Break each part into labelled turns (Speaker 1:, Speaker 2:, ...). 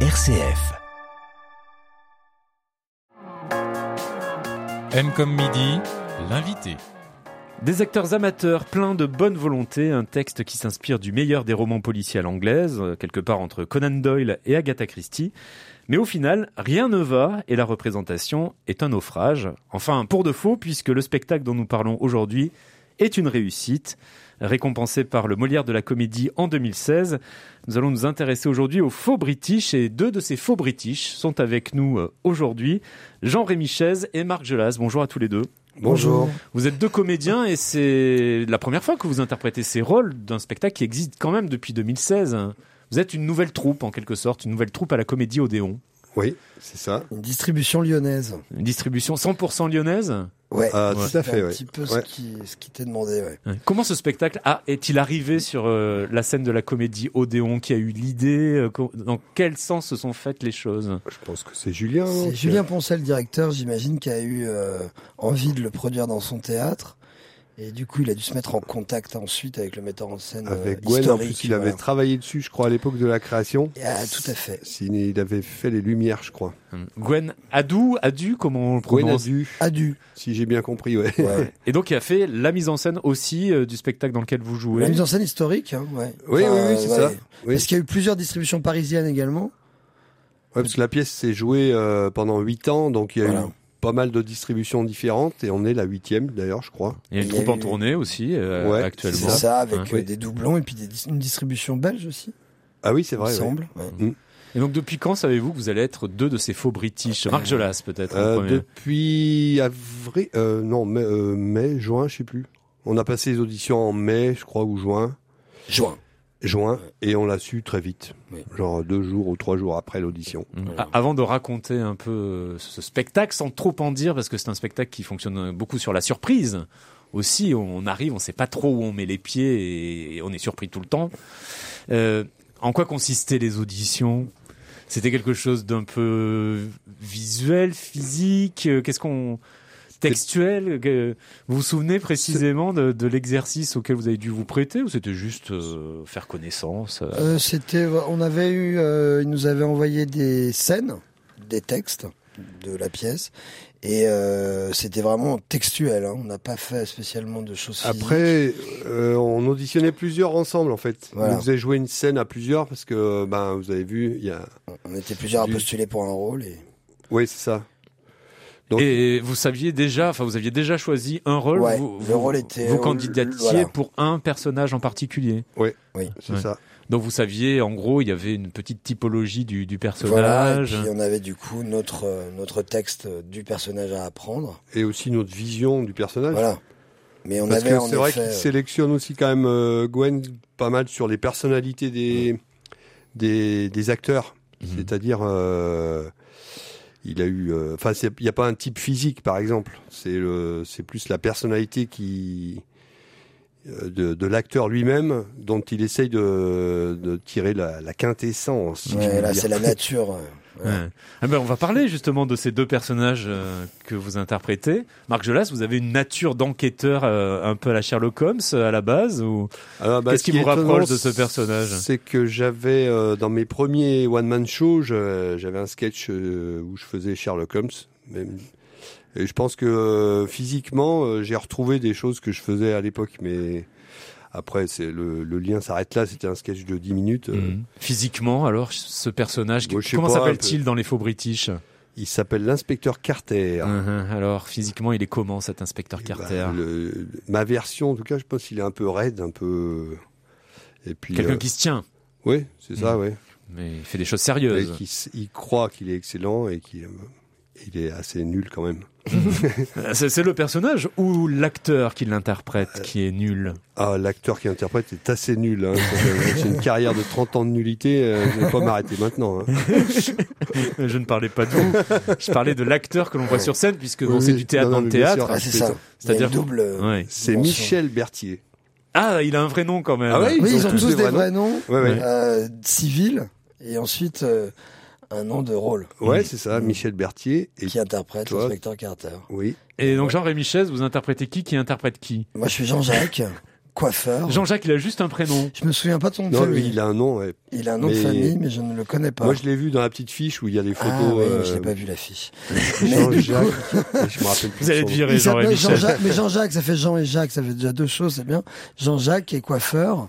Speaker 1: RCF.
Speaker 2: M comme midi, l'invité.
Speaker 3: Des acteurs amateurs pleins de bonne volonté, un texte qui s'inspire du meilleur des romans policiers à l'anglaise, euh, quelque part entre Conan Doyle et Agatha Christie. Mais au final, rien ne va et la représentation est un naufrage. Enfin, pour de faux, puisque le spectacle dont nous parlons aujourd'hui est une réussite. Récompensé par le Molière de la comédie en 2016, nous allons nous intéresser aujourd'hui aux faux british et deux de ces faux british sont avec nous euh, aujourd'hui, Jean-Rémy Chaise et Marc Gelas. Bonjour à tous les deux.
Speaker 4: Bonjour.
Speaker 3: Vous êtes deux comédiens et c'est la première fois que vous interprétez ces rôles d'un spectacle qui existe quand même depuis 2016. Vous êtes une nouvelle troupe en quelque sorte, une nouvelle troupe à la comédie Odéon.
Speaker 4: Oui, c'est ça.
Speaker 5: Une distribution lyonnaise.
Speaker 3: Une distribution 100% lyonnaise.
Speaker 5: Ouais.
Speaker 4: Ah,
Speaker 3: Ouais.
Speaker 4: Tout à fait,
Speaker 5: un
Speaker 4: oui.
Speaker 5: petit peu
Speaker 4: Ouais.
Speaker 5: ce qui, ce qui t'est demandé. Ouais.
Speaker 3: Comment ce spectacle a- est-il arrivé sur euh, la scène de la comédie Odéon Qui a eu l'idée euh, co- Dans quel sens se sont faites les choses
Speaker 4: Je pense que c'est Julien. non,
Speaker 5: C'est
Speaker 4: qui-
Speaker 5: Julien Poncet, le directeur, j'imagine, qui a eu euh, envie de le produire dans son théâtre. Et du coup, il a dû se mettre en contact ensuite avec le metteur en scène. euh,
Speaker 4: Avec Gwen, en plus,
Speaker 5: historique,
Speaker 4: il avait
Speaker 5: voilà.
Speaker 4: travaillé dessus, je crois, à l'époque de la création.
Speaker 5: Ah, tout à fait.
Speaker 4: Si, Il avait fait les lumières, je crois.
Speaker 3: Hum. Gwen Adou, Adu, comment on le
Speaker 4: Gwen a
Speaker 3: prononce
Speaker 4: dû,
Speaker 5: A dû.
Speaker 4: si j'ai bien compris, ouais.
Speaker 5: Ouais.
Speaker 3: Et donc, il a fait la mise en scène aussi euh, du spectacle dans lequel vous jouez.
Speaker 5: La mise en scène historique. Hein, ouais.
Speaker 4: Oui,
Speaker 5: Enfin,
Speaker 4: oui, oui, c'est
Speaker 5: ouais.
Speaker 4: ça. Oui.
Speaker 5: Parce qu'il y a eu plusieurs distributions parisiennes également.
Speaker 4: Ouais, parce que la pièce s'est jouée euh, pendant huit ans, donc il y a
Speaker 5: Voilà.
Speaker 4: eu pas mal de distributions différentes, et on est la huitième, d'ailleurs, je crois.
Speaker 3: Il y a une
Speaker 5: Il y a
Speaker 3: troupe en
Speaker 5: eu-
Speaker 3: tournée aussi euh,
Speaker 4: Ouais,
Speaker 5: C'est
Speaker 3: actuellement.
Speaker 5: ça, avec
Speaker 3: Hein.
Speaker 5: euh,
Speaker 4: Oui.
Speaker 5: des doublons et puis des dis- une distribution belge aussi,
Speaker 4: Ah oui, c'est
Speaker 5: il me
Speaker 4: vrai. ouais.
Speaker 5: semble. Ouais.
Speaker 3: Et donc depuis quand savez-vous que vous allez être deux de ces faux british Marc Jolas peut-être en
Speaker 4: Euh,
Speaker 3: premier.
Speaker 4: depuis avril, euh, non, mai, euh, mai, juin, je sais plus. On a passé les auditions en mai, je crois, ou juin.
Speaker 5: Juin.
Speaker 4: juin et on l'a su très vite,
Speaker 5: Oui.
Speaker 4: genre deux jours ou trois jours après l'audition.
Speaker 3: Mm. A- Avant de raconter un peu euh, ce spectacle, sans trop en dire, parce que c'est un spectacle qui fonctionne euh, beaucoup sur la surprise. Aussi, on on arrive, on ne sait pas trop où on met les pieds et- et on est surpris tout le temps. Euh, en quoi consistaient les auditions C'était quelque chose d'un peu euh, visuel, physique euh, Qu'est-ce qu'on textuel que- Vous vous souvenez précisément de, de l'exercice auquel vous avez dû vous prêter ou c'était juste euh, faire connaissance euh
Speaker 5: Euh, C'était, on avait eu, euh, ils nous avaient envoyé des scènes, des textes de la pièce, et euh, c'était vraiment textuel. hein. On n'a pas fait spécialement de choses. physiques.
Speaker 4: Après, euh, on auditionnait plusieurs ensemble en fait.
Speaker 5: Voilà.
Speaker 4: On faisait jouer une scène à plusieurs parce que, ben, vous avez vu, il y a.
Speaker 5: on était plusieurs à
Speaker 4: du-
Speaker 5: postuler pour un rôle. Et...
Speaker 4: Oui, c'est ça. Donc-
Speaker 3: Et vous saviez déjà, enfin vous aviez déjà choisi un rôle.
Speaker 5: Ouais,
Speaker 3: vous,
Speaker 5: le
Speaker 3: vous-
Speaker 5: rôle était-
Speaker 3: Vous candidatiez
Speaker 5: voilà.
Speaker 3: pour un personnage en particulier.
Speaker 4: C'est
Speaker 3: Ouais.
Speaker 4: ça.
Speaker 3: Donc vous saviez, en gros, il y avait une petite typologie du,
Speaker 5: Voilà,
Speaker 3: du
Speaker 5: et
Speaker 3: personnage.
Speaker 5: puis euh, on avait du coup notre euh, notre texte du personnage à apprendre.
Speaker 4: Et aussi notre vision du personnage.
Speaker 5: Voilà. Mais on
Speaker 4: Parce
Speaker 5: avait
Speaker 4: que
Speaker 5: en
Speaker 4: c'est vrai
Speaker 5: effet, euh,
Speaker 4: qu'il sélectionne aussi quand même euh, Gwen pas mal sur les personnalités des, des, des acteurs.
Speaker 3: Mhm.
Speaker 4: C'est-à-dire, euh, il a eu. euh, Enfin, c'est- il n'y a pas un type physique, par exemple. C'est le- c'est plus la personnalité qui euh, de, de l'acteur lui-même dont il essaye de, de tirer la, la quintessence. si je
Speaker 5: ouais,
Speaker 4: puis
Speaker 5: là
Speaker 4: dire.
Speaker 5: c'est la nature. euh, voilà.
Speaker 3: Ouais. Ah ben, on va parler justement de ces deux personnages euh, que vous interprétez. Marc Jolas, vous avez une nature d'enquêteur euh, un peu à la Sherlock Holmes euh, à la base ou
Speaker 4: Alors, bah,
Speaker 3: Qu'est-ce
Speaker 4: ce
Speaker 3: qui
Speaker 4: est
Speaker 3: vous rapproche
Speaker 4: étonnant,
Speaker 3: de ce personnage
Speaker 4: C'est que j'avais euh, dans mes premiers one man show, je- j'avais un sketch euh, où je faisais Sherlock Holmes. même. Et je pense que euh, physiquement, euh, j'ai retrouvé des choses que je faisais à l'époque, mais après, c'est le, le lien s'arrête là. C'était un sketch de 10 minutes. euh,
Speaker 3: Mhm. physiquement alors ce personnage
Speaker 4: Moi, je sais
Speaker 3: comment
Speaker 4: pas, un
Speaker 3: s'appelle-t-il dans les faux british
Speaker 4: Il s'appelle l'inspecteur Carter.
Speaker 5: Ah.
Speaker 3: Mhm. Alors physiquement, il est comment cet inspecteur
Speaker 5: Eh
Speaker 4: Bah,
Speaker 3: Carter
Speaker 5: ben,
Speaker 4: le- ma version, en tout cas, je pense qu'il est un peu raide, un peu. Et puis.
Speaker 3: Quelqu'un qui Mm. se tient,
Speaker 4: Oui, c'est ça, oui.
Speaker 3: mais il fait des choses
Speaker 4: Et
Speaker 3: sérieuses.
Speaker 4: qui s- il croit qu'il est excellent et qu'il il est assez nul quand même.
Speaker 3: C'est c'est le personnage ou l'acteur qui l'interprète qui est nul
Speaker 4: Ah, l'acteur qui interprète est assez nul. Hein. J'ai une carrière de 30 ans de nullité, euh, je vais pas m'arrêter maintenant. hein.
Speaker 3: Je ne parlais pas de vous, je parlais de l'acteur que l'on voit sur scène, puisque
Speaker 4: Oui,
Speaker 3: bon, c'est
Speaker 4: oui,
Speaker 3: du théâtre
Speaker 4: non, non,
Speaker 3: dans le
Speaker 4: mais bien
Speaker 3: théâtre.
Speaker 4: sûr.
Speaker 5: Ah, c'est
Speaker 4: c'est
Speaker 5: ça.
Speaker 4: ça.
Speaker 3: C'est-à-dire-
Speaker 5: C'est-à-dire double. euh,
Speaker 3: Ouais.
Speaker 4: C'est
Speaker 5: Bon,
Speaker 4: Michel Berthier.
Speaker 3: Ah, il a un vrai nom quand même.
Speaker 4: Ah ouais,
Speaker 5: Oui, ils ont tous des
Speaker 4: noms.
Speaker 5: vrais noms.
Speaker 4: Ouais, ouais.
Speaker 5: euh, civil et ensuite euh, un nom de rôle
Speaker 4: Ouais, c'est ça,
Speaker 5: Mm.
Speaker 4: Michel Berthier. Et
Speaker 5: qui interprète
Speaker 4: toi
Speaker 5: l'inspecteur Carter.
Speaker 4: oui,
Speaker 3: Et donc Jean-Rémy Chaise, vous interprétez qui qui interprète qui
Speaker 5: Moi, je suis Jean-Jacques coiffeur.
Speaker 3: Jean-Jacques, il a juste un prénom.
Speaker 5: Je me souviens pas de son nom de
Speaker 4: Non, lui,
Speaker 5: famille.
Speaker 4: il a un nom. ouais.
Speaker 5: Il a un nom de
Speaker 4: mais-
Speaker 5: famille, mais je ne le connais pas.
Speaker 4: Moi, je l'ai vu dans la petite fiche où il y a des photos.
Speaker 5: ah, oui, mais je
Speaker 4: euh,
Speaker 5: n'ai pas vu l'affiche. Mais du
Speaker 4: Jean-Jacques.
Speaker 5: coup,
Speaker 4: je me rappelle plus.
Speaker 3: Vous allez être
Speaker 4: de son
Speaker 3: viré,
Speaker 5: il
Speaker 3: Jean-Rémy
Speaker 5: s'appelle
Speaker 3: Michel.
Speaker 5: Jean-Jacques, mais Jean-Jacques, ça fait Jean et Jacques, ça fait déjà deux choses, c'est bien. Jean-Jacques est coiffeur.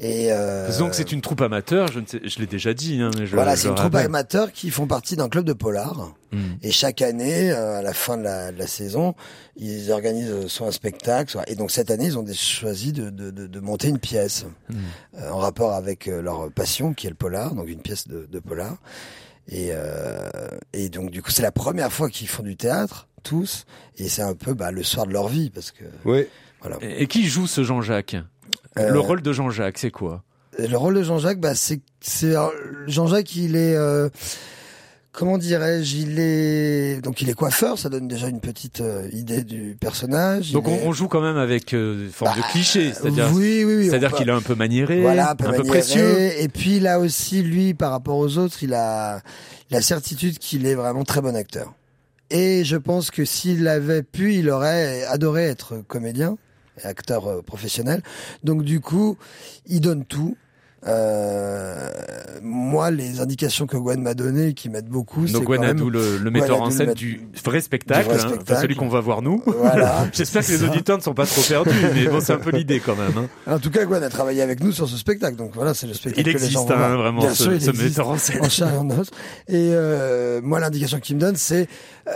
Speaker 5: Et euh,
Speaker 3: Donc c'est une troupe amateur, je, ne sais, je l'ai déjà dit. hein, mais je-
Speaker 5: voilà,
Speaker 3: je
Speaker 5: c'est une
Speaker 3: le
Speaker 5: troupe
Speaker 3: rappelle.
Speaker 5: amateur qui font partie d'un club de polar.
Speaker 3: Mm.
Speaker 5: Et chaque année, euh, à la fin de la, de la saison, ils organisent euh, soit un spectacle, soit... et donc cette année, ils ont des- choisi de, de- de- de monter une pièce
Speaker 3: Mm.
Speaker 5: euh, en rapport avec euh, leur passion, qui est le polar, donc une pièce de, de polar. Et, euh, et donc du coup, c'est la première fois qu'ils font du théâtre tous, et c'est un peu bah, le soir de leur vie parce que
Speaker 4: nom. Ouais.
Speaker 5: voilà.
Speaker 3: Et et qui joue ce Jean-Jacques Le
Speaker 5: Euh,
Speaker 3: rôle de Jean-Jacques, c'est quoi
Speaker 5: Le rôle de Jean-Jacques, bah, c'est c'est euh, Jean-Jacques, il est euh, comment dirais-je, il est donc il est coiffeur, ça donne déjà une petite euh, idée du personnage.
Speaker 3: Donc
Speaker 5: Il
Speaker 3: on,
Speaker 5: est-
Speaker 3: on joue quand même avec euh, une forme de cliché, c'est-à-dire
Speaker 5: oui, oui, oui,
Speaker 3: c'est-à-dire
Speaker 5: on peut-
Speaker 3: qu'il est un peu maniéré,
Speaker 5: voilà,
Speaker 3: un peu, précieux.
Speaker 5: Et puis là aussi, lui, par rapport aux autres, il a la certitude qu'il est vraiment très bon acteur. Et je pense que s'il avait pu, il aurait adoré être comédien et acteur euh, professionnel. Donc du coup, il donne tout. Euh, moi, les indications que Gwen m'a données, qui m'aident beaucoup, c'est
Speaker 3: Donc
Speaker 5: quand même...
Speaker 3: Guanadou, le, le metteur
Speaker 5: Guanadou,
Speaker 3: en
Speaker 5: le
Speaker 3: scène
Speaker 5: met-
Speaker 3: du vrai spectacle,
Speaker 5: du vrai
Speaker 3: hein,
Speaker 5: spectacle.
Speaker 3: pas celui qu'on va voir nous.
Speaker 5: Voilà.
Speaker 3: J'espère que
Speaker 5: C'est
Speaker 3: les
Speaker 5: ça.
Speaker 3: auditeurs ne sont pas trop perdus, mais bon, c'est un peu l'idée quand même. hein.
Speaker 5: En tout cas, Gwen a travaillé avec nous sur ce spectacle. Donc voilà, c'est le spectacle
Speaker 3: Il
Speaker 5: que les gens
Speaker 3: existe
Speaker 5: vont
Speaker 3: hein,
Speaker 5: voir.
Speaker 3: vraiment
Speaker 5: Bien
Speaker 3: ce,
Speaker 5: sûr, il
Speaker 3: ce
Speaker 5: existe.
Speaker 3: metteur en scène.
Speaker 5: en chair et en os. Et euh, moi, l'indication qu'il me donne, c'est euh,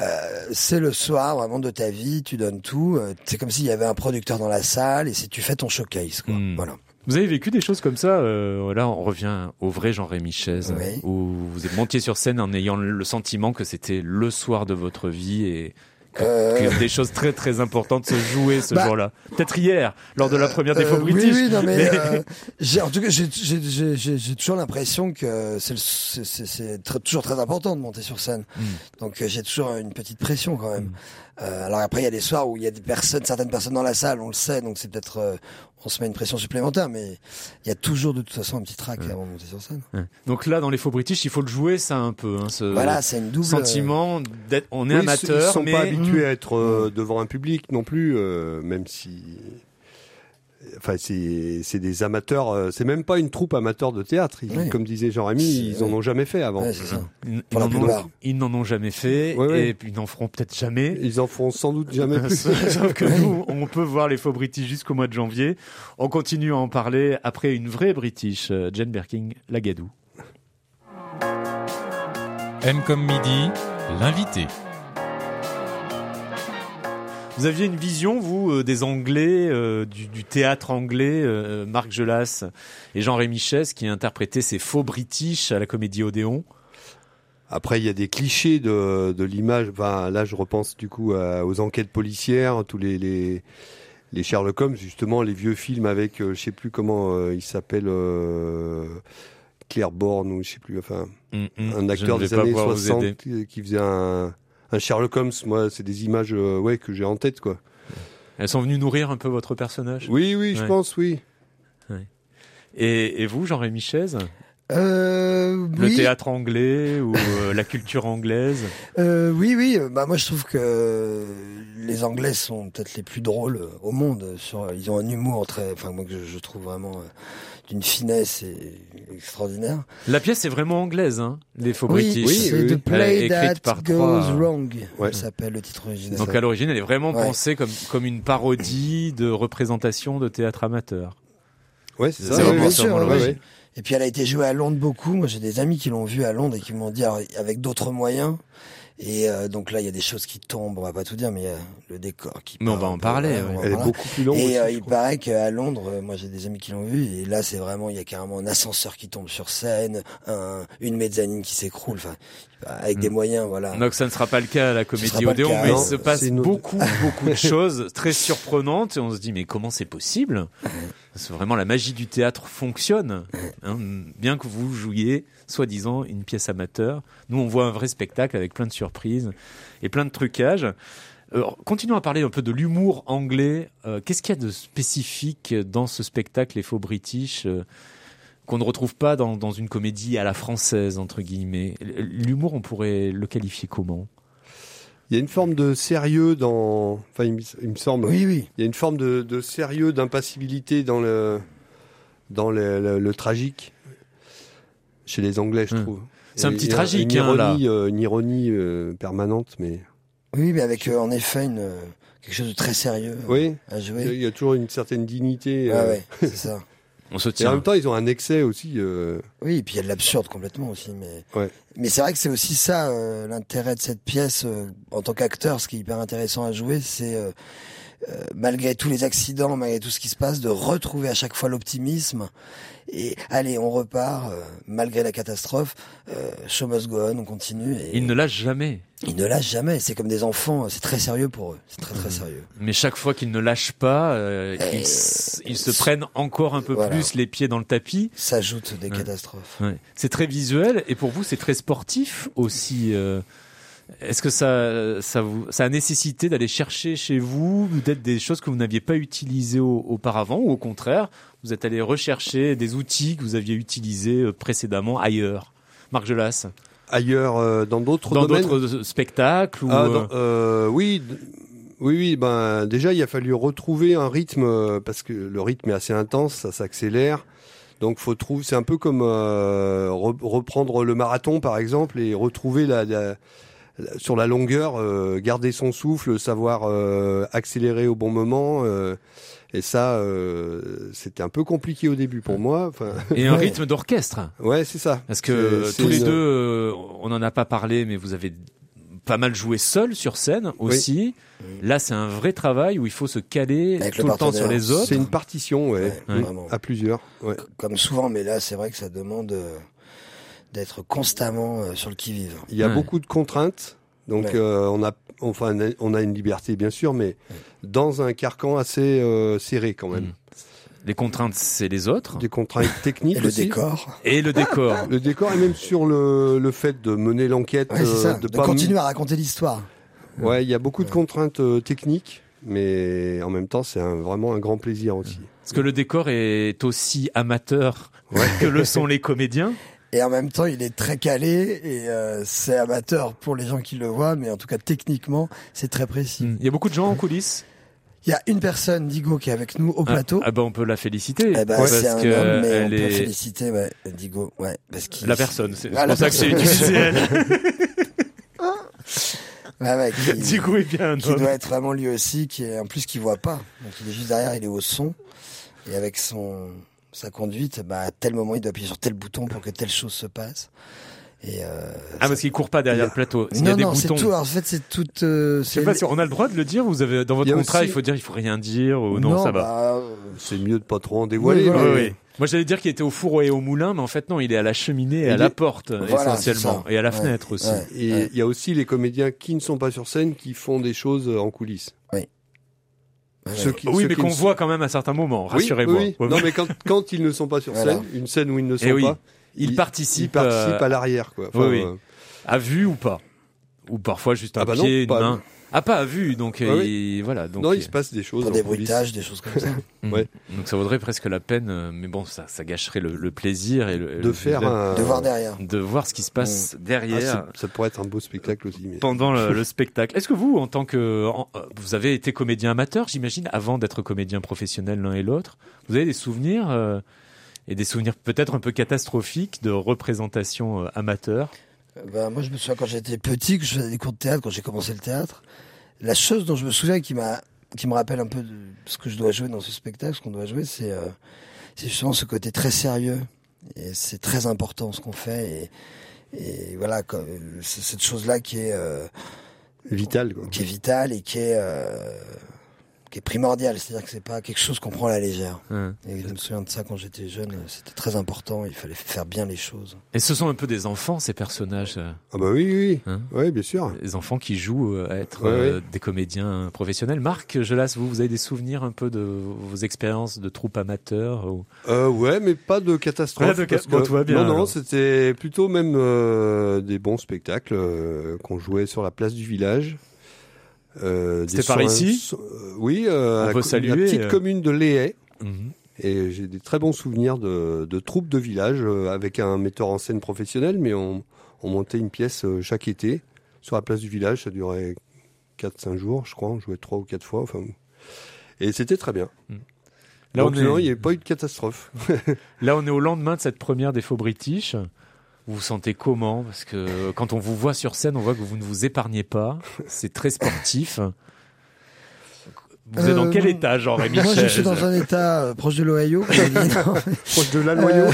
Speaker 5: c'est le soir vraiment de ta vie, tu donnes tout. Euh, C'est comme s'il y avait un producteur dans la salle et si tu fais ton showcase. Quoi.
Speaker 3: Mm.
Speaker 5: Voilà.
Speaker 3: Vous avez vécu des choses comme ça euh, Là, on revient au vrai Jean-Rémy Chaise,
Speaker 5: Oui.
Speaker 3: où vous montiez sur scène en ayant le sentiment que c'était le soir de votre vie et que,
Speaker 5: Euh.
Speaker 3: que des choses très très importantes se jouaient ce
Speaker 5: Bah.
Speaker 3: jour-là. Peut-être hier, lors de la première défaut
Speaker 5: Euh,
Speaker 3: british.
Speaker 5: Oui, oui, non, mais,
Speaker 3: mais-
Speaker 5: euh, j'ai- en tout cas, j'ai- j'ai- j'ai j'ai- j'ai toujours l'impression que c'est le- c'est- c'est- c'est très- toujours très important de monter sur scène.
Speaker 3: Mm.
Speaker 5: Donc euh, j'ai toujours une petite pression quand même.
Speaker 3: Mm.
Speaker 5: Euh, alors après, il y a des soirs où il y a des personnes, certaines personnes dans la salle, on le sait, donc c'est peut-être euh, on se met une pression supplémentaire, mais il y a toujours de toute façon un petit trac avant de monter sur scène.
Speaker 3: Donc là, dans les faux british, il faut le jouer ça un peu, hein, ce
Speaker 5: voilà, c'est une double
Speaker 3: sentiment d'être. On est
Speaker 4: euh, Oui,
Speaker 3: amateur,
Speaker 4: Ils sont
Speaker 3: mais Hmm.
Speaker 4: pas habitués à être euh, devant un public non plus, euh, même si. Enfin, c'est c'est des amateurs. euh, c'est même pas une troupe amateur de théâtre. Ils-
Speaker 5: Oui.
Speaker 4: Comme disait Jean-Rémy,
Speaker 5: C'est-
Speaker 4: ils en ont jamais fait
Speaker 5: euh,
Speaker 4: avant.
Speaker 5: ouais, c'est ça.
Speaker 3: ils
Speaker 5: Pour la
Speaker 3: n'en ont,
Speaker 5: plupart.
Speaker 3: ils n'en ont jamais fait
Speaker 4: Ouais, ouais.
Speaker 3: et puis ils n'en feront peut-être jamais.
Speaker 4: Ils en font sans doute jamais plus.
Speaker 3: Sauf que nous, on peut voir les faux British jusqu'au mois de janvier. On continue à en parler après une vraie British, euh, Jane Birkin, la Gadou.
Speaker 2: M comme midi, l'invité.
Speaker 3: Vous aviez une vision, vous, euh, des Anglais, euh, du, du théâtre anglais, euh, Marc Gelas et Jean-Rémy Chess qui interprétaient ces faux British à la comédie Odéon.
Speaker 4: Après, il y a des clichés de, de l'image. Enfin, là, je repense du coup à- aux enquêtes policières, hein, tous les, les, les Sherlock Holmes, justement, les vieux films avec, euh, je sais plus comment euh, il s'appelle, euh, Claire Bourne ou je sais plus, enfin,
Speaker 3: Mm.
Speaker 4: un acteur des années 60 qui- qui faisait un, un Sherlock Holmes. Moi, c'est des images euh, ouais, que j'ai en tête, quoi.
Speaker 3: Elles sont venues nourrir un peu votre personnage.
Speaker 4: Oui, oui, je
Speaker 3: Ouais.
Speaker 4: pense, oui.
Speaker 3: Et, et vous, Jean-Rémy Chess
Speaker 5: Euh,
Speaker 3: Le
Speaker 5: oui,
Speaker 3: théâtre anglais ou euh, la culture anglaise
Speaker 5: Euh, oui, oui. euh, Bah moi, je trouve que euh, les Anglais sont peut-être les plus drôles euh, au monde. euh, Sur, euh, ils ont un humour très, enfin moi que je, je trouve vraiment euh, d'une finesse et- extraordinaire.
Speaker 3: La pièce est vraiment anglaise, hein, les faux
Speaker 5: oui,
Speaker 3: British.
Speaker 5: c'est
Speaker 4: oui.
Speaker 5: The Play
Speaker 3: Euh,
Speaker 5: That
Speaker 3: écrite par
Speaker 5: Goes
Speaker 3: trois, euh,
Speaker 5: Wrong.
Speaker 4: ouais.
Speaker 5: Ça s'appelle le titre original.
Speaker 3: Donc à l'origine, elle est vraiment
Speaker 5: Ouais.
Speaker 3: pensée comme, comme une parodie de représentation de théâtre amateur.
Speaker 4: Ouais, c'est ça.
Speaker 5: C'est
Speaker 4: ouais,
Speaker 5: vraiment
Speaker 4: ouais,
Speaker 5: sûrement
Speaker 3: hein,
Speaker 4: ouais,
Speaker 5: l'origine.
Speaker 4: ouais.
Speaker 5: Et puis elle a été jouée à Londres beaucoup. Moi, j'ai des amis qui l'ont vue à Londres et qui m'ont dit alors, avec d'autres moyens. Et euh, donc là, il y a des choses qui tombent. On va pas tout dire, mais il y a le décor qui.
Speaker 3: Mais on
Speaker 5: part
Speaker 3: va
Speaker 5: un
Speaker 3: en
Speaker 5: peu,
Speaker 3: parler,
Speaker 5: ouais,
Speaker 3: ouais.
Speaker 5: on va en
Speaker 4: Elle est
Speaker 5: parler.
Speaker 4: beaucoup plus longue. aussi,
Speaker 5: Et euh,
Speaker 4: je
Speaker 5: il
Speaker 4: crois.
Speaker 5: paraît qu'à Londres, euh, moi j'ai des amis qui l'ont vu, et là c'est vraiment, il y a carrément un ascenseur qui tombe sur scène, un- une mezzanine qui s'écroule, enfin, avec
Speaker 4: Mm.
Speaker 5: des moyens, voilà.
Speaker 3: Donc ça ne sera pas le cas à la
Speaker 5: sera
Speaker 3: comédie
Speaker 5: pas le
Speaker 3: Odéon,
Speaker 5: cas,
Speaker 3: mais il
Speaker 5: non.
Speaker 3: se passe
Speaker 4: C'est une autre-
Speaker 3: beaucoup, beaucoup de choses très surprenantes et on se dit mais comment c'est possible Parce que Vraiment la magie du théâtre fonctionne, hein, bien que vous jouiez soi-disant une pièce amateur. Nous on voit un vrai spectacle avec plein de surprises et plein de trucages. Alors, continuons à parler un peu de l'humour anglais. Euh, Qu'est-ce qu'il y a de spécifique dans ce spectacle Les Faux British euh, qu'on ne retrouve pas dans, dans une comédie à la française, entre guillemets L'humour, on pourrait le qualifier comment
Speaker 4: Il y a une forme de sérieux dans. Enfin, il me, il me semble.
Speaker 5: Oui, oui.
Speaker 4: Il y a une forme de, de sérieux, d'impassibilité dans le dans le, le- le tragique chez les Anglais, je
Speaker 3: Hmm.
Speaker 4: trouve.
Speaker 3: C'est un
Speaker 4: Et-
Speaker 3: petit
Speaker 4: et-
Speaker 3: tragique,
Speaker 4: Une
Speaker 3: hein, là.
Speaker 4: ironie, euh, une ironie euh, permanente, mais
Speaker 5: Oui, mais avec euh, en effet une, euh, quelque chose de très sérieux euh,
Speaker 4: oui,
Speaker 5: à
Speaker 4: il y a-
Speaker 5: jouer.
Speaker 4: il y a toujours une certaine dignité.
Speaker 5: Ouais,
Speaker 4: euh,
Speaker 5: ouais, c'est ça.
Speaker 3: On se
Speaker 4: Et en
Speaker 3: tient.
Speaker 4: même temps, ils ont un excès aussi. euh,
Speaker 5: Oui, et puis il y a de l'absurde complètement aussi. Mais,
Speaker 4: Ouais.
Speaker 5: mais c'est vrai que c'est aussi ça euh, l'intérêt de cette pièce euh, en tant qu'acteur. Ce qui est hyper intéressant à jouer, c'est euh, euh, malgré tous les accidents, malgré tout ce qui se passe, de retrouver à chaque fois l'optimisme. Et allez, on repart euh, malgré la catastrophe. Euh, show must go on, on continue. Et
Speaker 3: Il ne lâche jamais.
Speaker 5: ils ne lâchent jamais. C'est comme des enfants. euh, C'est très sérieux pour eux. C'est très
Speaker 3: Mmh.
Speaker 5: très sérieux.
Speaker 3: Mais chaque fois qu'ils ne lâchent pas, euh, ils, s- ils se prennent encore un peu
Speaker 5: Voilà.
Speaker 3: plus les pieds dans le tapis.
Speaker 5: S'ajoutent des
Speaker 3: Ouais.
Speaker 5: catastrophes.
Speaker 3: C'est très visuel et pour vous, c'est très sportif aussi. euh. Est-ce que ça, ça, vous, ça a nécessité d'aller chercher chez vous peut-être des choses que vous n'aviez pas utilisées au- auparavant ou au contraire, vous êtes allé rechercher des outils que vous aviez utilisés euh, précédemment ailleurs Marc Gelas,
Speaker 4: ailleurs, euh, dans d'autres
Speaker 3: dans
Speaker 4: domaines.
Speaker 3: d'autres euh, spectacles ou
Speaker 4: Ah,
Speaker 3: euh,
Speaker 4: dans- euh, oui, d- oui, oui. Ben déjà, il a fallu retrouver un rythme euh, parce que le rythme est assez intense, ça s'accélère. Donc, faut trouver. C'est un peu comme euh, re- reprendre le marathon, par exemple, et retrouver la, la- la- sur la longueur, euh, garder son souffle, savoir euh, accélérer au bon moment. euh, et ça, euh, c'était un peu compliqué au début pour moi. Enfin,
Speaker 3: et un
Speaker 5: Ouais.
Speaker 3: rythme d'orchestre
Speaker 4: ouais, c'est ça.
Speaker 3: Parce que
Speaker 4: C'est-
Speaker 3: tous
Speaker 4: c'est
Speaker 3: les
Speaker 4: une-
Speaker 3: deux, euh, on n'en a pas parlé, mais vous avez pas mal joué seul sur scène aussi.
Speaker 5: Oui.
Speaker 3: Là, c'est un vrai travail où il faut se caler
Speaker 5: Avec le
Speaker 3: tout le, temps
Speaker 5: partenaire.
Speaker 3: sur les autres.
Speaker 4: C'est une partition, ouais,
Speaker 5: Ouais, vraiment.
Speaker 4: à plusieurs. Ouais.
Speaker 5: comme souvent, mais là, c'est vrai que ça demande euh, d'être constamment euh, sur le qui-vive.
Speaker 4: Il y a
Speaker 3: Ouais.
Speaker 4: beaucoup de contraintes. Donc
Speaker 5: Ouais.
Speaker 4: euh, on a enfin on a une liberté bien sûr mais dans un carcan assez euh, serré quand même.
Speaker 3: Mmh. Les contraintes, c'est les autres.
Speaker 4: Des contraintes techniques
Speaker 5: Et le
Speaker 4: aussi.
Speaker 5: décor.
Speaker 3: Et le décor.
Speaker 4: Le décor et même sur le, le fait de mener l'enquête
Speaker 5: Ouais, c'est
Speaker 4: euh,
Speaker 5: ça.
Speaker 4: de
Speaker 5: De,
Speaker 4: pas
Speaker 5: continuer à raconter l'histoire.
Speaker 4: Ouais, il y a beaucoup de
Speaker 5: Ouais.
Speaker 4: contraintes euh, techniques mais en même temps c'est un- vraiment un grand plaisir aussi.
Speaker 3: Parce que le décor est aussi amateur que le sont les comédiens.
Speaker 5: Et en même temps, il est très calé et euh, c'est amateur pour les gens qui le voient, mais en tout cas, techniquement, c'est très précis.
Speaker 3: Il y a beaucoup de gens en coulisses.
Speaker 5: Il y a une personne, Digo, qui est avec nous au
Speaker 3: Ah,
Speaker 5: plateau.
Speaker 3: Ah, ben on peut la féliciter.
Speaker 5: Eh ben,
Speaker 3: parce
Speaker 5: c'est un
Speaker 3: que
Speaker 5: homme, mais on
Speaker 3: elle
Speaker 5: peut
Speaker 3: est
Speaker 5: féliciter ouais, Digo. Ouais, parce qu'il-
Speaker 3: la personne. C'est
Speaker 5: Ah,
Speaker 3: c'est
Speaker 5: la
Speaker 3: pour ça que j'ai
Speaker 5: personne.
Speaker 3: utilisé elle.
Speaker 5: Ouais, ouais, qui-
Speaker 3: Du coup, eh bien un
Speaker 5: qui
Speaker 3: homme.
Speaker 5: doit être vraiment lui aussi, qui est en plus qui voit pas. Donc il est juste derrière, il est au son. Et avec son sa conduite, bah, à tel moment, il doit appuyer sur tel bouton pour que telle chose se passe. Et euh,
Speaker 3: Ah, parce qu'il court pas derrière le plateau. Il y a
Speaker 5: non,
Speaker 3: des
Speaker 5: non, c'est
Speaker 3: boutons.
Speaker 5: tout. Alors, En fait, c'est tout. Euh,
Speaker 3: Je sais pas si on a le droit de le dire. Vous avez dans
Speaker 4: Il
Speaker 3: votre
Speaker 4: y a
Speaker 3: contrat,
Speaker 4: aussi-
Speaker 3: il faut dire, il faut rien dire ou non, ça va.
Speaker 5: bah, euh,
Speaker 4: C'est mieux de pas trop en dévoiler.
Speaker 5: Oui, voilà.
Speaker 4: mais-
Speaker 5: Oui,
Speaker 3: Moi, j'allais dire qu'il était au four et au moulin, mais en fait, non, il est à la cheminée et à
Speaker 4: Il
Speaker 3: la
Speaker 4: est-
Speaker 3: porte,
Speaker 5: Voilà,
Speaker 3: essentiellement.
Speaker 5: c'est ça.
Speaker 3: Et à la
Speaker 5: Ouais,
Speaker 3: fenêtre aussi.
Speaker 5: ouais.
Speaker 4: Et il y a aussi les comédiens qui ne sont pas sur scène qui font des choses euh, en coulisses.
Speaker 5: Ah ouais,
Speaker 4: Ceux qui-
Speaker 3: Oui,
Speaker 4: ceux
Speaker 3: mais
Speaker 4: qui
Speaker 3: qu'on
Speaker 4: ne-
Speaker 3: voit quand même à certains moments,
Speaker 4: Oui,
Speaker 3: rassurez-moi.
Speaker 4: oui, oui. Non, mais quand, quand ils ne sont pas sur scène,
Speaker 5: Voilà.
Speaker 4: une scène où ils ne sont
Speaker 3: Et Eh oui,
Speaker 4: pas,
Speaker 3: il participe,
Speaker 4: ils participent
Speaker 3: euh,
Speaker 4: à l'arrière, quoi.
Speaker 3: oui, oui.
Speaker 4: euh,
Speaker 3: à vue ou pas. Ou parfois juste un
Speaker 4: Ah bah non,
Speaker 3: pied,
Speaker 4: pas à
Speaker 3: une main.
Speaker 4: vue.
Speaker 3: Ah, pas à vue, donc,
Speaker 4: Ah
Speaker 3: euh,
Speaker 4: oui.
Speaker 3: il- voilà. Donc, euh,
Speaker 4: non,
Speaker 3: il-
Speaker 4: il se passe des choses.
Speaker 5: pour
Speaker 4: en
Speaker 5: des
Speaker 4: coulisses.
Speaker 5: bruitages, des choses comme ça.
Speaker 3: Mm.
Speaker 4: ouais.
Speaker 3: donc ça vaudrait presque la peine, euh, mais bon, ça, ça gâcherait le, le plaisir et le, et
Speaker 4: De
Speaker 3: le-
Speaker 4: faire un.
Speaker 5: De voir derrière.
Speaker 3: euh, de voir ce qui se passe
Speaker 4: Ah, c'est-
Speaker 3: derrière.
Speaker 4: ça pourrait être un beau spectacle aussi. Mais...
Speaker 3: pendant le, le spectacle. Est-ce que vous, en tant que, en- euh, vous avez été comédien amateur, j'imagine, avant d'être comédien professionnel l'un et l'autre, vous avez des souvenirs euh, et des souvenirs peut-être un peu catastrophiques de représentations euh, amateurs.
Speaker 5: Bah, moi, je me souviens quand j'étais petit, que je faisais des cours de théâtre, quand j'ai commencé le théâtre. La chose dont je me souviens qui m'a, qui me rappelle un peu de ce que je dois jouer dans ce spectacle, ce qu'on doit jouer, c'est, euh, c'est justement ce côté très sérieux. Et c'est très important ce qu'on fait. Et, et voilà, comme- c'est cette chose-là qui est, euh,
Speaker 4: Vital, quoi.
Speaker 5: qui est vitale et qui est, euh, qui est primordiale. C'est-à-dire que c'est pas quelque chose qu'on prend à la légère.
Speaker 3: hein.
Speaker 5: Et je me souviens de ça quand j'étais jeune. C'était très important. Il fallait faire bien les choses.
Speaker 3: Et ce sont un peu des enfants, ces personnages, euh,
Speaker 4: Ah, bah oui, oui, oui.
Speaker 3: Hein
Speaker 4: Ouais, bien sûr.
Speaker 3: des enfants qui jouent euh, à être
Speaker 4: Ouais,
Speaker 3: euh, des comédiens professionnels. Marc Gelas, vous, vous avez des souvenirs un peu de vos expériences de troupe amateur ou-
Speaker 4: Euh, ouais, mais pas de catastrophe.
Speaker 3: Ah, de ca-
Speaker 4: parce
Speaker 3: bon, tout va bien,
Speaker 4: Non, non,
Speaker 3: alors.
Speaker 4: c'était plutôt même euh, des bons spectacles euh, qu'on jouait sur la place du village. Euh, des
Speaker 3: C'était par
Speaker 4: soins-
Speaker 3: ici
Speaker 4: so- euh, Oui, euh,
Speaker 3: On
Speaker 4: à la,
Speaker 3: peut
Speaker 4: co-
Speaker 3: saluer,
Speaker 4: la petite
Speaker 3: euh.
Speaker 4: commune de Léhay.
Speaker 3: Mhm.
Speaker 4: Et j'ai des très bons souvenirs de, de troupes de village euh, avec un metteur en scène professionnel, mais on, on montait une pièce euh, chaque été sur la place du village. Ça durait 4-5 jours, je crois. On jouait 3 ou 4 fois. Enfin, et c'était très bien.
Speaker 1: Là,
Speaker 4: Donc,
Speaker 1: on est-
Speaker 4: non, il n'y avait pas eu de catastrophe.
Speaker 1: Là, on est au lendemain de cette première des faux british.
Speaker 3: Vous vous sentez comment Parce que euh, quand on vous voit sur scène, on voit que vous ne vous épargnez pas. C'est très sportif. Vous êtes dans
Speaker 5: Euh,
Speaker 3: quel état, Jean-Rémi
Speaker 5: Moi, je
Speaker 3: Chaise
Speaker 5: suis dans un état euh, proche de l'Ohio. comme on dit. Non, Euh,
Speaker 4: Proche de la noyau.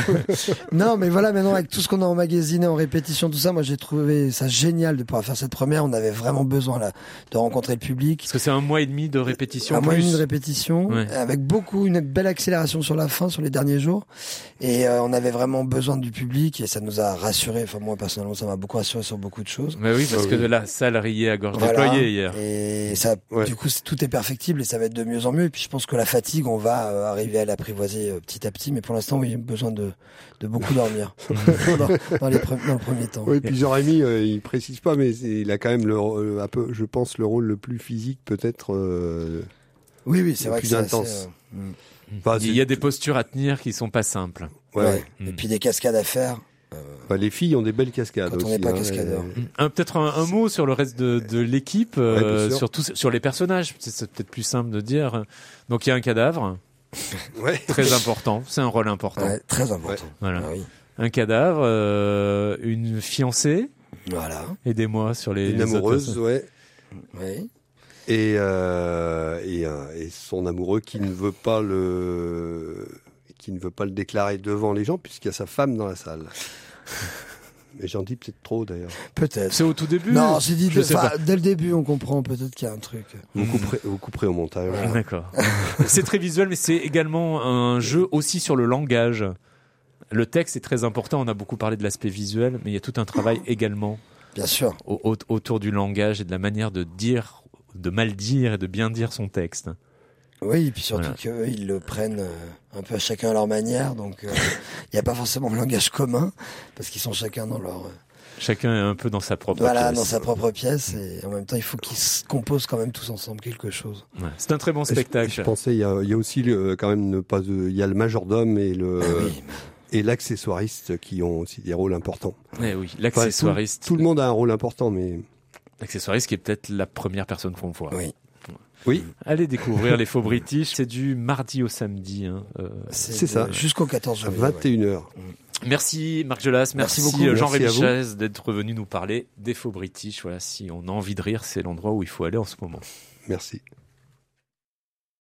Speaker 5: Non, mais voilà, maintenant, avec tout ce qu'on a emmagasiné en répétition, tout ça, moi, j'ai trouvé ça génial de pouvoir faire cette première. On avait vraiment besoin, là, de rencontrer le public.
Speaker 3: Parce que c'est un mois et demi de répétition.
Speaker 5: Un mois et demi
Speaker 3: plus.
Speaker 5: de répétition,
Speaker 3: Ouais.
Speaker 5: avec beaucoup, une belle accélération sur la fin, sur les derniers jours. Et euh, on avait vraiment besoin du public et ça nous a rassurés. Enfin, moi, personnellement, ça m'a beaucoup rassuré sur beaucoup de choses.
Speaker 3: Mais Bah oui, parce
Speaker 4: Ah
Speaker 3: que
Speaker 4: oui.
Speaker 3: de la salle riait à gorge
Speaker 5: Bah Voilà.
Speaker 3: déployée hier.
Speaker 5: Et ça,
Speaker 4: Ouais.
Speaker 5: du coup, c'est- tout est perfectible et ça va être de mieux en mieux. Et puis, je pense que la fatigue, on va euh, arriver à l'apprivoiser euh, petit à petit. Mais pour l'instant, oui, besoin de, de beaucoup dormir dans, dans les pre- dans le premier temps.
Speaker 4: Oui, puis Jérémy, euh, il précise pas, mais c'est- il a quand même, le, euh, un peu, je pense, le rôle le plus physique peut-être. euh,
Speaker 5: Oui, oui, c'est
Speaker 4: Le
Speaker 5: vrai
Speaker 4: plus
Speaker 5: que c'est
Speaker 4: intense.
Speaker 5: assez, euh, mm.
Speaker 4: enfin,
Speaker 3: Il y a des postures à tenir qui sont pas simples.
Speaker 4: ouais,
Speaker 5: Ouais.
Speaker 3: Mm.
Speaker 5: Et puis des cascades à faire.
Speaker 4: Enfin, les filles ont des belles cascades.
Speaker 5: Quand on
Speaker 4: aussi,
Speaker 5: n'est pas
Speaker 4: hein,
Speaker 5: cascadeur.
Speaker 4: et-
Speaker 3: Un- Peut-être un, un mot sur le reste de, de l'équipe, euh,
Speaker 4: bien sûr.
Speaker 3: sur, tout- sur les personnages, c'est- c'est peut-être plus simple de dire. Donc il y a un cadavre,
Speaker 4: euh, Ouais.
Speaker 3: très important, c'est un rôle important.
Speaker 5: Ouais, très important.
Speaker 3: Voilà.
Speaker 5: Ah oui.
Speaker 3: Un cadavre, euh, une fiancée,
Speaker 5: Voilà.
Speaker 3: aidez-moi sur les...
Speaker 4: Une
Speaker 3: les autres
Speaker 4: amoureuse,
Speaker 3: personnes.
Speaker 4: ouais.
Speaker 5: Oui.
Speaker 4: Et, euh, et, un- et son amoureux qui ne veut pas le qui ne veut pas le déclarer devant les gens puisqu'il y a sa femme dans la salle. Mais j'en dis peut-être trop d'ailleurs.
Speaker 5: Peut-être.
Speaker 3: C'est au tout début
Speaker 5: Non, c'est dit
Speaker 3: Je
Speaker 5: de-
Speaker 3: sais pas.
Speaker 5: enfin, dès le début, on comprend peut-être qu'il y a un truc.
Speaker 4: Vous couperez, vous couperez au montage.
Speaker 3: D'accord. c'est très visuel, mais c'est également un jeu aussi sur le langage. Le texte est très important, on a beaucoup parlé de l'aspect visuel, mais il y a tout un travail également
Speaker 5: Bien sûr.
Speaker 3: au- au- autour du langage et de la manière de dire, de mal dire et de bien dire son texte.
Speaker 5: Oui, et puis surtout
Speaker 3: Voilà.
Speaker 5: qu'eux, ils le prennent euh, un peu à chacun à leur manière. Donc, euh, il n'y a pas forcément un langage commun parce qu'ils sont chacun dans leur. euh,
Speaker 3: Chacun est un peu dans sa propre
Speaker 5: voilà,
Speaker 3: pièce.
Speaker 5: dans sa propre pièce. Et en même temps, il faut qu'ils se composent quand même tous ensemble quelque chose.
Speaker 3: Ouais. C'est un très bon
Speaker 4: Je-
Speaker 3: spectacle.
Speaker 4: Je, pensais, il y a, il y a aussi le- quand même ne pas, de- il y a le majordome et le
Speaker 5: Ah oui.
Speaker 4: et l'accessoiriste qui ont aussi des rôles importants.
Speaker 3: Eh oui, l'accessoiriste.
Speaker 4: Tout le monde a un rôle important, mais
Speaker 3: L'accessoiriste qui est peut-être la première personne qu'on voit.
Speaker 5: Oui.
Speaker 4: Oui.
Speaker 3: Allez découvrir les faux british. C'est du mardi au samedi. hein. Euh,
Speaker 4: C'est
Speaker 5: de-
Speaker 4: ça.
Speaker 5: Jusqu'au 14
Speaker 4: à
Speaker 5: juillet. ouais.
Speaker 4: 21 h
Speaker 3: merci Marc Gelas, merci,
Speaker 5: Merci beaucoup.
Speaker 3: euh,
Speaker 4: Merci
Speaker 3: Jean-Rémy
Speaker 4: à vous.
Speaker 3: Chaise d'être venu nous parler des faux british. Voilà, si on a envie de rire, c'est l'endroit où il faut aller en ce moment.
Speaker 4: Merci.